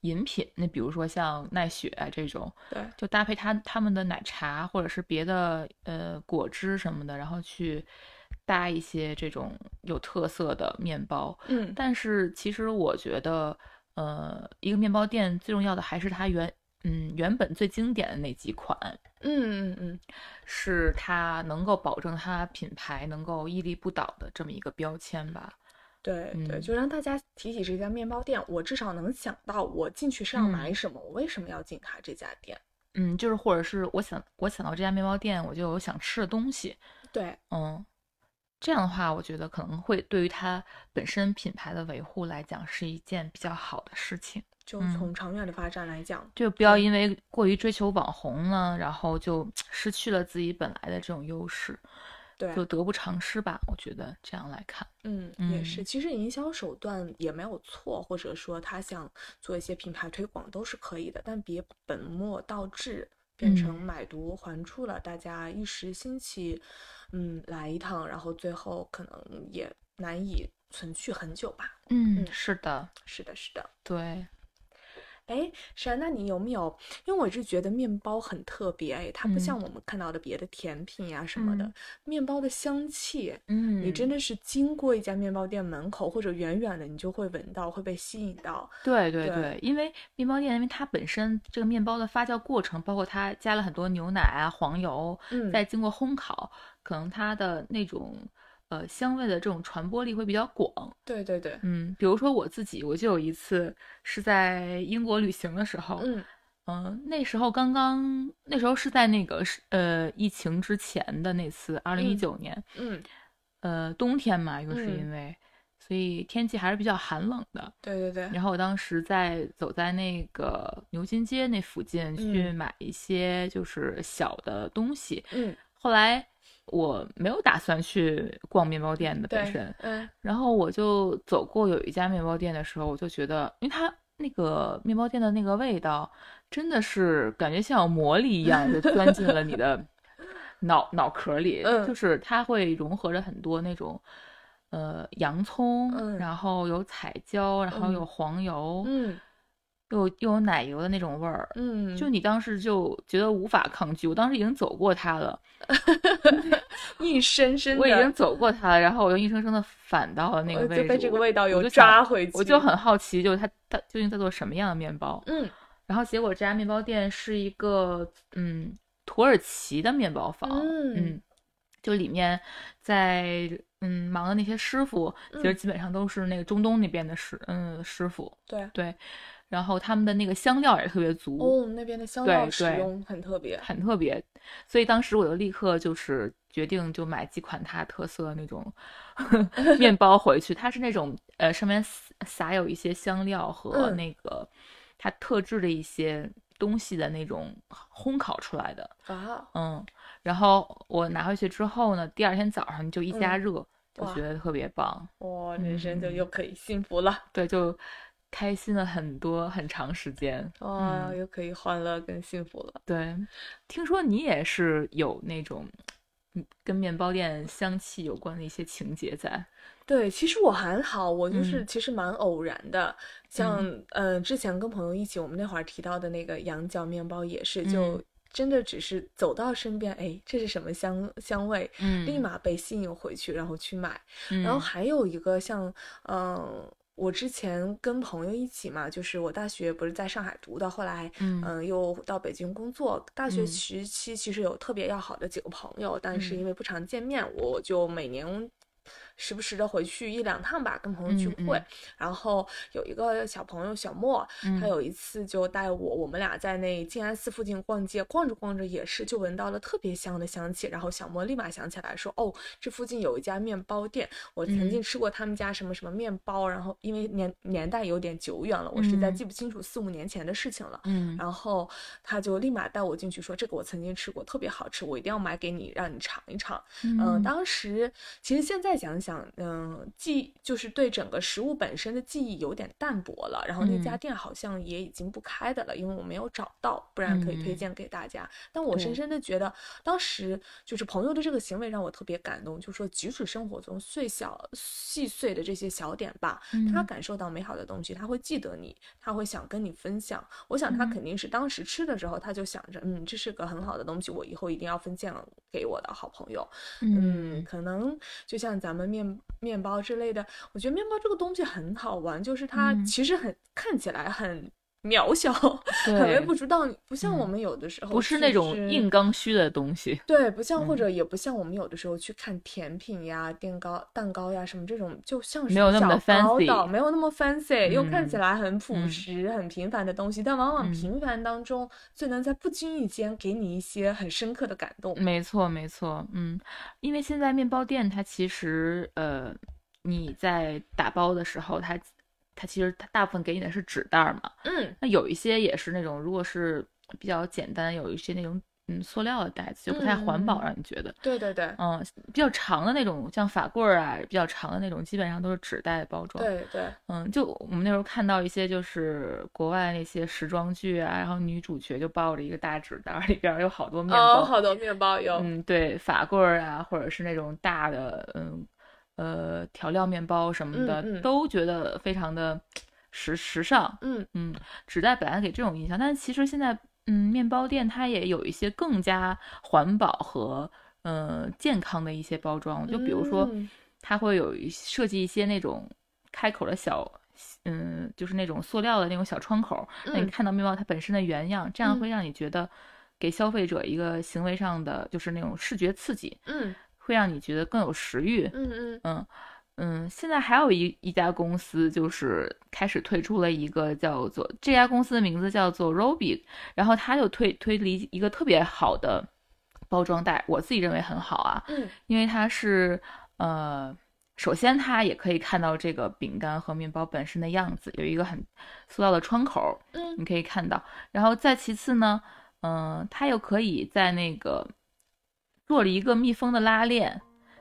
[SPEAKER 1] 饮品，那比如说像奈雪啊这种，
[SPEAKER 2] 对，
[SPEAKER 1] 就搭配它他们的奶茶或者是别的呃果汁什么的，然后去搭一些这种有特色的面包。
[SPEAKER 2] 嗯
[SPEAKER 1] 但是其实我觉得，呃，一个面包店最重要的还是它原嗯原本最经典的那几款。
[SPEAKER 2] 嗯嗯嗯，
[SPEAKER 1] 是它能够保证它品牌能够屹立不倒的这么一个标签吧。
[SPEAKER 2] 对对，
[SPEAKER 1] 嗯
[SPEAKER 2] 就让大家提起这家面包店，我至少能想到我进去是要买
[SPEAKER 1] 嗯
[SPEAKER 2] 什么，我为什么要进它这家店。
[SPEAKER 1] 嗯，就是或者是我想我想到这家面包店，我就有想吃的东西。
[SPEAKER 2] 对，
[SPEAKER 1] 嗯，这样的话，我觉得可能会对于它本身品牌的维护来讲是一件比较好的事情。
[SPEAKER 2] 就
[SPEAKER 1] 嗯
[SPEAKER 2] 从长远的发展来讲，
[SPEAKER 1] 就不要因为过于追求网红呢，然后就失去了自己本来的这种优势，
[SPEAKER 2] 对，啊
[SPEAKER 1] 就得不偿失吧。我觉得这样来看，
[SPEAKER 2] 嗯，也是。
[SPEAKER 1] 嗯
[SPEAKER 2] 其实营销手段也没有错，或者说他想做一些品牌推广都是可以的，但别本末倒置，变成
[SPEAKER 1] 嗯
[SPEAKER 2] 买椟还珠了。大家一时兴起，嗯，来一趟，然后最后可能也难以存续很久吧。
[SPEAKER 1] 嗯
[SPEAKER 2] 嗯
[SPEAKER 1] 是的，
[SPEAKER 2] 是的，是的。
[SPEAKER 1] 对，
[SPEAKER 2] 哎，珊，那你有没有？因为我是觉得面包很特别，哎，它不
[SPEAKER 1] 嗯
[SPEAKER 2] 像我们看到的别的甜品呀、什么的，
[SPEAKER 1] 嗯
[SPEAKER 2] 面包的香气，
[SPEAKER 1] 嗯，
[SPEAKER 2] 你真的是经过一家面包店门口，或者远远的，你就会闻到，会被吸引到。
[SPEAKER 1] 对对
[SPEAKER 2] 对
[SPEAKER 1] 对，因为面包店，因为它本身这个面包的发酵过程，包括它加了很多牛奶啊、黄油，
[SPEAKER 2] 嗯，
[SPEAKER 1] 再经过烘烤，可能它的那种呃香味的这种传播力会比较广。
[SPEAKER 2] 对对对，
[SPEAKER 1] 嗯，比如说我自己，我就有一次是在英国旅行的时候，
[SPEAKER 2] 嗯
[SPEAKER 1] 嗯、那时候刚刚那时候是在那个是呃疫情之前的那次，二零一
[SPEAKER 2] 嗯
[SPEAKER 1] 九年，
[SPEAKER 2] 嗯
[SPEAKER 1] 呃，冬天嘛，又是
[SPEAKER 2] 嗯
[SPEAKER 1] 因为，所以天气还是比较寒冷的。
[SPEAKER 2] 对对对，
[SPEAKER 1] 然后我当时在走在那个牛津街那附近去
[SPEAKER 2] 嗯
[SPEAKER 1] 买一些就是小的东西，
[SPEAKER 2] 嗯，
[SPEAKER 1] 后来我没有打算去逛面包店的本身哦
[SPEAKER 2] 对，，嗯
[SPEAKER 1] 然后我就走过有一家面包店的时候，我就觉得，因为它那个面包店的那个味道，真的是感觉像有魔力一 样，就钻进了你的脑脑壳里。
[SPEAKER 2] 嗯
[SPEAKER 1] 就是它会融合着很多那种，呃，洋葱，
[SPEAKER 2] 嗯
[SPEAKER 1] 然后有彩椒，然后有
[SPEAKER 2] 嗯
[SPEAKER 1] 黄油，
[SPEAKER 2] 嗯
[SPEAKER 1] 又又有奶油的那种味儿。
[SPEAKER 2] 嗯，
[SPEAKER 1] 就你当时就觉得无法抗拒，我当时已经走过它了，
[SPEAKER 2] 一深深的，
[SPEAKER 1] 我已经走过它了，然后我又硬生生的反到了那个
[SPEAKER 2] 我
[SPEAKER 1] 位置，
[SPEAKER 2] 呃就被这个味道
[SPEAKER 1] 我
[SPEAKER 2] 又
[SPEAKER 1] 就想
[SPEAKER 2] 抓回去，
[SPEAKER 1] 我就很好奇，就是他他究竟在做什么样的面包？
[SPEAKER 2] 嗯
[SPEAKER 1] 然后结果这家面包店是一个嗯土耳其的面包房，
[SPEAKER 2] 嗯
[SPEAKER 1] 嗯，就里面在嗯忙的那些师傅，其实
[SPEAKER 2] 嗯
[SPEAKER 1] 基本上都是那个中东那边的师嗯师傅，
[SPEAKER 2] 对
[SPEAKER 1] 对，然后他们的那个香料也特别足，
[SPEAKER 2] 哦，那边的香料
[SPEAKER 1] 对
[SPEAKER 2] 使
[SPEAKER 1] 对
[SPEAKER 2] 用很特别，
[SPEAKER 1] 很特别，所以当时我就立刻就是决定就买几款它特色的那 种面包回去。它是那种呃上面撒撒有一些香料和
[SPEAKER 2] 嗯
[SPEAKER 1] 那个它特制的一些东西的那种烘烤出来的，
[SPEAKER 2] 啊，
[SPEAKER 1] 嗯。然后我拿回去之后呢，第二天早上就一加
[SPEAKER 2] 嗯
[SPEAKER 1] 热，就
[SPEAKER 2] 哇
[SPEAKER 1] 觉得特别棒，
[SPEAKER 2] 我人生就
[SPEAKER 1] 嗯
[SPEAKER 2] 又可以幸福了，
[SPEAKER 1] 对，就开心了很多很长时间。
[SPEAKER 2] 哇，
[SPEAKER 1] 嗯
[SPEAKER 2] 哦又可以欢乐跟幸福了。
[SPEAKER 1] 对，听说你也是有那种嗯跟面包店香气有关的一些情节在。
[SPEAKER 2] 对，其实我还好，我就是
[SPEAKER 1] 嗯
[SPEAKER 2] 其实蛮偶然的，像呃之前跟朋友一起，我们那会儿提到的那个羊角面包也是，就
[SPEAKER 1] 嗯
[SPEAKER 2] 真的只是走到身边，哎，这是什么香香味，
[SPEAKER 1] 嗯
[SPEAKER 2] 立马被吸引回去，然后去买。
[SPEAKER 1] 嗯
[SPEAKER 2] 然后还有一个像，嗯、我之前跟朋友一起嘛，就是我大学不是在上海读的，后来
[SPEAKER 1] 嗯
[SPEAKER 2] 嗯、又到北京工作。大学
[SPEAKER 1] 嗯
[SPEAKER 2] 时期其实有特别要好的几个朋友，但是
[SPEAKER 1] 嗯
[SPEAKER 2] 因为不常见面，我就每年。时不时的回去一两趟吧，跟朋友聚
[SPEAKER 1] 嗯
[SPEAKER 2] 会。
[SPEAKER 1] 嗯
[SPEAKER 2] 然后有一个小朋友小莫，他
[SPEAKER 1] 嗯
[SPEAKER 2] 有一次就带我，我们俩在那静安寺附近逛街，逛着逛着也是就闻到了特别香的香气，然后小莫立马想起来说，哦，这附近有一家面包店，我曾经
[SPEAKER 1] 嗯
[SPEAKER 2] 吃过他们家什么什么面包，然后因为年年代有点久远了，我实在
[SPEAKER 1] 嗯
[SPEAKER 2] 记不清楚四五年前的事情了。
[SPEAKER 1] 嗯
[SPEAKER 2] 然后他就立马带我进去说，这个我曾经吃过，特别好吃，我一定要买给你，让你尝一尝。嗯，当时其实现在想想，嗯，记就是对整个食物本身的记忆有点淡薄了。然后那家
[SPEAKER 1] 嗯
[SPEAKER 2] 店好像也已经不开的了，因为我没有找到，不然可以推
[SPEAKER 1] 嗯
[SPEAKER 2] 荐给大家。但我深
[SPEAKER 1] 对
[SPEAKER 2] 深的觉得，当时就是朋友的这个行为让我特别感动，就说即使生活中最小细碎的这些小点吧，他
[SPEAKER 1] 嗯
[SPEAKER 2] 感受到美好的东西，他会记得你，他会想跟你分享。我想他
[SPEAKER 1] 嗯
[SPEAKER 2] 肯定是当时吃的时候，他就想着，嗯，这是个很好的东西，我以后一定要分享给我的好朋友。嗯，
[SPEAKER 1] 嗯
[SPEAKER 2] 可能就像咱们面面包之类的，我觉得面包这个东西很好玩，就是它
[SPEAKER 1] 嗯
[SPEAKER 2] 其实很看起来很渺小， 很微
[SPEAKER 1] 对，
[SPEAKER 2] 不足道，不像我
[SPEAKER 1] 嗯
[SPEAKER 2] 们有的时候
[SPEAKER 1] 不是
[SPEAKER 2] 去
[SPEAKER 1] 那种
[SPEAKER 2] 吃
[SPEAKER 1] 硬刚需的东西。
[SPEAKER 2] 对，不像
[SPEAKER 1] 嗯
[SPEAKER 2] 或者也不像我们有的时候去看甜品呀、蛋糕、蛋糕呀什么这种，就像是
[SPEAKER 1] 没有那么的
[SPEAKER 2] 小宝岛
[SPEAKER 1] fancy
[SPEAKER 2] 没有那么 fancy，又看起
[SPEAKER 1] 嗯
[SPEAKER 2] 来很朴
[SPEAKER 1] 嗯
[SPEAKER 2] 实、很平凡的东西，但往往
[SPEAKER 1] 嗯
[SPEAKER 2] 平凡当中最能在不经意间给你一些很深刻的感动。
[SPEAKER 1] 没错，没错，嗯，因为现在面包店它其实，呃，你在打包的时候，它它其实它大部分给你的是纸袋儿嘛，
[SPEAKER 2] 嗯
[SPEAKER 1] 那有一些也是那种，如果是比较简单，有一些那种嗯塑料的袋子就不太环保，
[SPEAKER 2] 嗯
[SPEAKER 1] 让你觉得，
[SPEAKER 2] 对对对
[SPEAKER 1] 嗯，比较长的那种，像法棍儿啊，比较长的那种，基本上都是纸袋包装。
[SPEAKER 2] 对对，
[SPEAKER 1] 嗯，就我们那时候看到一些就是国外那些时装剧啊，然后女主角就抱着一个大纸袋儿，里边儿有好多面包，
[SPEAKER 2] 哦，好多面包有，
[SPEAKER 1] 嗯，对，法棍儿啊，或者是那种大的，嗯，呃，调料面包什么的，
[SPEAKER 2] 嗯嗯
[SPEAKER 1] 都觉得非常的时时尚。
[SPEAKER 2] 嗯
[SPEAKER 1] 嗯，纸袋本来给这种印象，但是其实现在，嗯，面包店它也有一些更加环保和呃健康的一些包装，就比如说，
[SPEAKER 2] 嗯
[SPEAKER 1] 它会有一设计一些那种开口的小。嗯，就是那种塑料的那种小窗口，让你
[SPEAKER 2] 嗯
[SPEAKER 1] 看到面包它本身的原样，这样
[SPEAKER 2] 嗯
[SPEAKER 1] 会让你觉得给消费者一个行为上的就是那种视觉刺激，
[SPEAKER 2] 嗯
[SPEAKER 1] 会让你觉得更有食欲。
[SPEAKER 2] 嗯嗯，
[SPEAKER 1] 嗯嗯，现在还有一一家公司就是开始推出了一个叫做这家公司的名字叫做 Robi，然后它就推推理一个特别好的包装袋，我自己认为很好啊，
[SPEAKER 2] 嗯
[SPEAKER 1] 因为它是呃首先它也可以看到这个饼干和面包本身的样子，有一个很塑料的窗口，
[SPEAKER 2] 嗯
[SPEAKER 1] 你可以看到。然后再其次呢，嗯、它又可以在那个做了一个密封的拉链，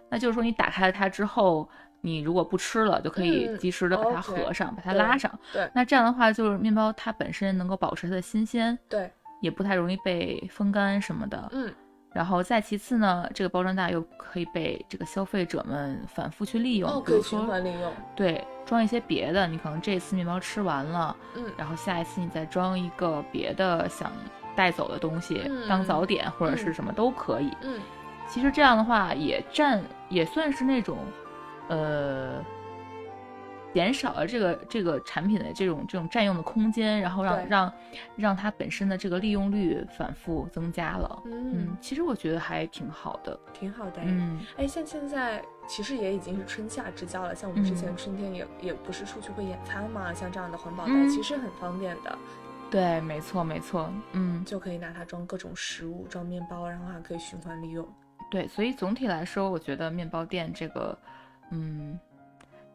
[SPEAKER 1] 那就是说你打开了它之后，你如果不吃了，就可以
[SPEAKER 2] 嗯
[SPEAKER 1] 及时的把它
[SPEAKER 2] OK，
[SPEAKER 1] 合上，把它
[SPEAKER 2] 对
[SPEAKER 1] 拉上。
[SPEAKER 2] 对
[SPEAKER 1] 那这样的话，就是面包它本身能够保持它的新鲜，
[SPEAKER 2] 对，
[SPEAKER 1] 也不太容易被风干什么的。
[SPEAKER 2] 嗯
[SPEAKER 1] 然后再其次呢，这个包装袋又可以被这个消费者们反复去利用，
[SPEAKER 2] 哦，
[SPEAKER 1] 比
[SPEAKER 2] 可
[SPEAKER 1] 如
[SPEAKER 2] 以循
[SPEAKER 1] 说
[SPEAKER 2] 环利用，
[SPEAKER 1] 对装一些别的，你可能这次面包吃完了，
[SPEAKER 2] 嗯
[SPEAKER 1] 然后下一次你再装一个别的想带走的东西、
[SPEAKER 2] 嗯
[SPEAKER 1] 当早点或者是
[SPEAKER 2] 嗯
[SPEAKER 1] 什么都可以。
[SPEAKER 2] 嗯，
[SPEAKER 1] 其实这样的话也占也算是那种，呃，减少了这个这个产品的这种这种占用的空间，然后让
[SPEAKER 2] 对
[SPEAKER 1] 让让它本身的这个利用率反复增加了。嗯
[SPEAKER 2] 嗯，，
[SPEAKER 1] 其实我觉得还挺好的。
[SPEAKER 2] 挺好的。
[SPEAKER 1] 嗯
[SPEAKER 2] 哎，像现在其实也已经是春夏之交了，像我们之前
[SPEAKER 1] 嗯
[SPEAKER 2] 春天也、也不是出去会野餐嘛，像这样的环保袋、
[SPEAKER 1] 嗯
[SPEAKER 2] 其实很方便的，，
[SPEAKER 1] 对，没错，没错。嗯，
[SPEAKER 2] 就可以拿它装各种食物、装面包，然后还可以循环利用。
[SPEAKER 1] 对，所以总体来说，我觉得面包店这个，嗯，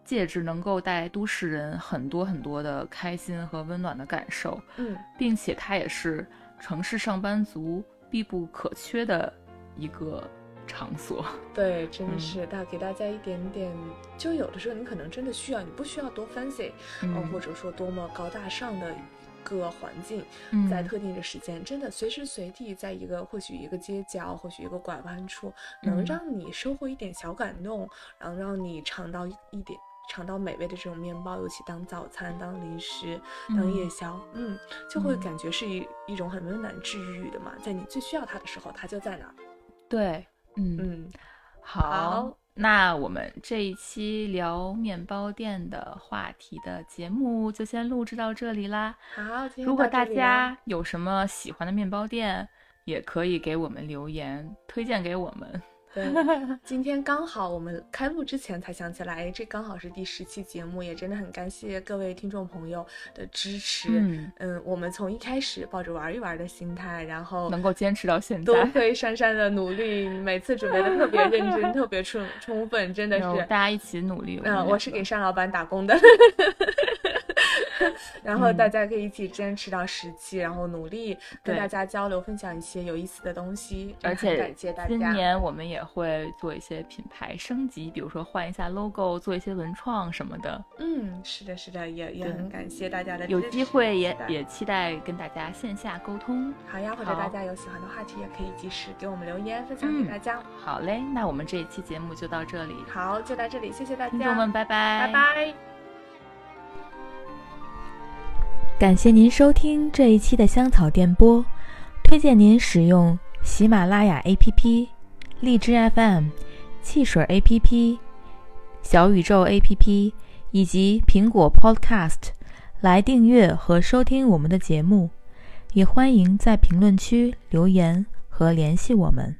[SPEAKER 1] 戒指能够带来都市人很多很多的开心和温暖的感受，
[SPEAKER 2] 嗯，
[SPEAKER 1] 并且它也是城市上班族必不可缺的一个场所。
[SPEAKER 2] 对，真
[SPEAKER 1] 嗯
[SPEAKER 2] 是大给大家一点点，就有的时候你可能真的需要，你不需要多 fancy，
[SPEAKER 1] 嗯，
[SPEAKER 2] 呃，或者说多么高大上的一个环境，
[SPEAKER 1] 嗯
[SPEAKER 2] 在特定的时间，真的随时随地，在一个或许一个街角，或许一个拐弯处，能
[SPEAKER 1] 嗯
[SPEAKER 2] 让你收获一点小感动，然后让你尝到一一点。尝到美味的这种面包，尤其当早餐、当零食、当夜
[SPEAKER 1] 嗯
[SPEAKER 2] 宵，嗯就会
[SPEAKER 1] 嗯
[SPEAKER 2] 感觉是一一种很温暖、治愈的嘛。在你最需要它的时候，它就在那儿。
[SPEAKER 1] 对，嗯，
[SPEAKER 2] 嗯，
[SPEAKER 1] 好
[SPEAKER 2] 好。
[SPEAKER 1] 那我们这一期聊面包店的话题的节目就先录制到这里啦。
[SPEAKER 2] 嗯好，今天
[SPEAKER 1] 如果
[SPEAKER 2] 到这
[SPEAKER 1] 大
[SPEAKER 2] 里啦
[SPEAKER 1] 家有什么喜欢的面包店，也可以给我们留言，推荐给我们。
[SPEAKER 2] 对，今天刚好我们开幕之前才想起来，哎这刚好是第十期节目，也真的很感谢各位听众朋友的支持。
[SPEAKER 1] 嗯，
[SPEAKER 2] 嗯我们从一开始抱着玩一玩的心态，然后
[SPEAKER 1] 能够坚持到现
[SPEAKER 2] 都
[SPEAKER 1] 在，
[SPEAKER 2] 会讪讪的努力，每次准备的特别认 真，特别充充分，真的
[SPEAKER 1] 然后
[SPEAKER 2] 是
[SPEAKER 1] 大。家一起努力。们
[SPEAKER 2] 嗯，我
[SPEAKER 1] 两
[SPEAKER 2] 是
[SPEAKER 1] 个
[SPEAKER 2] 给单老板打工 的，然后大家可以一起坚持到十期，然后努力
[SPEAKER 1] 嗯
[SPEAKER 2] 跟
[SPEAKER 1] 对
[SPEAKER 2] 大家交流，分享一些有意思的东西。真
[SPEAKER 1] 而
[SPEAKER 2] 的很
[SPEAKER 1] 且
[SPEAKER 2] 感谢大家。
[SPEAKER 1] 今年我们也会做一些品牌升级，比如说换一下 logo，做一些文创什么的。
[SPEAKER 2] 嗯，是的，是的，也也
[SPEAKER 1] 对
[SPEAKER 2] 很感谢大家的
[SPEAKER 1] 有
[SPEAKER 2] 支
[SPEAKER 1] 机
[SPEAKER 2] 持
[SPEAKER 1] 会也
[SPEAKER 2] 期待
[SPEAKER 1] 也期待跟大家线下沟通。
[SPEAKER 2] 好呀，或者大
[SPEAKER 1] 好嗯
[SPEAKER 2] 家有喜欢的话题，也可以及时给我们留言，分享给大家。
[SPEAKER 1] 好嘞，那我们这一期节目就到这里，
[SPEAKER 2] 好，就到这里，谢谢大家，
[SPEAKER 1] 听众们拜拜，
[SPEAKER 2] 拜拜。
[SPEAKER 3] 感谢您收听这一期的香草电波，推荐您使用喜马拉雅 APP、荔枝 FM、汽水 APP、小宇宙 APP 以及苹果 Podcast 来订阅和收听我们的节目，也欢迎在评论区留言和联系我们。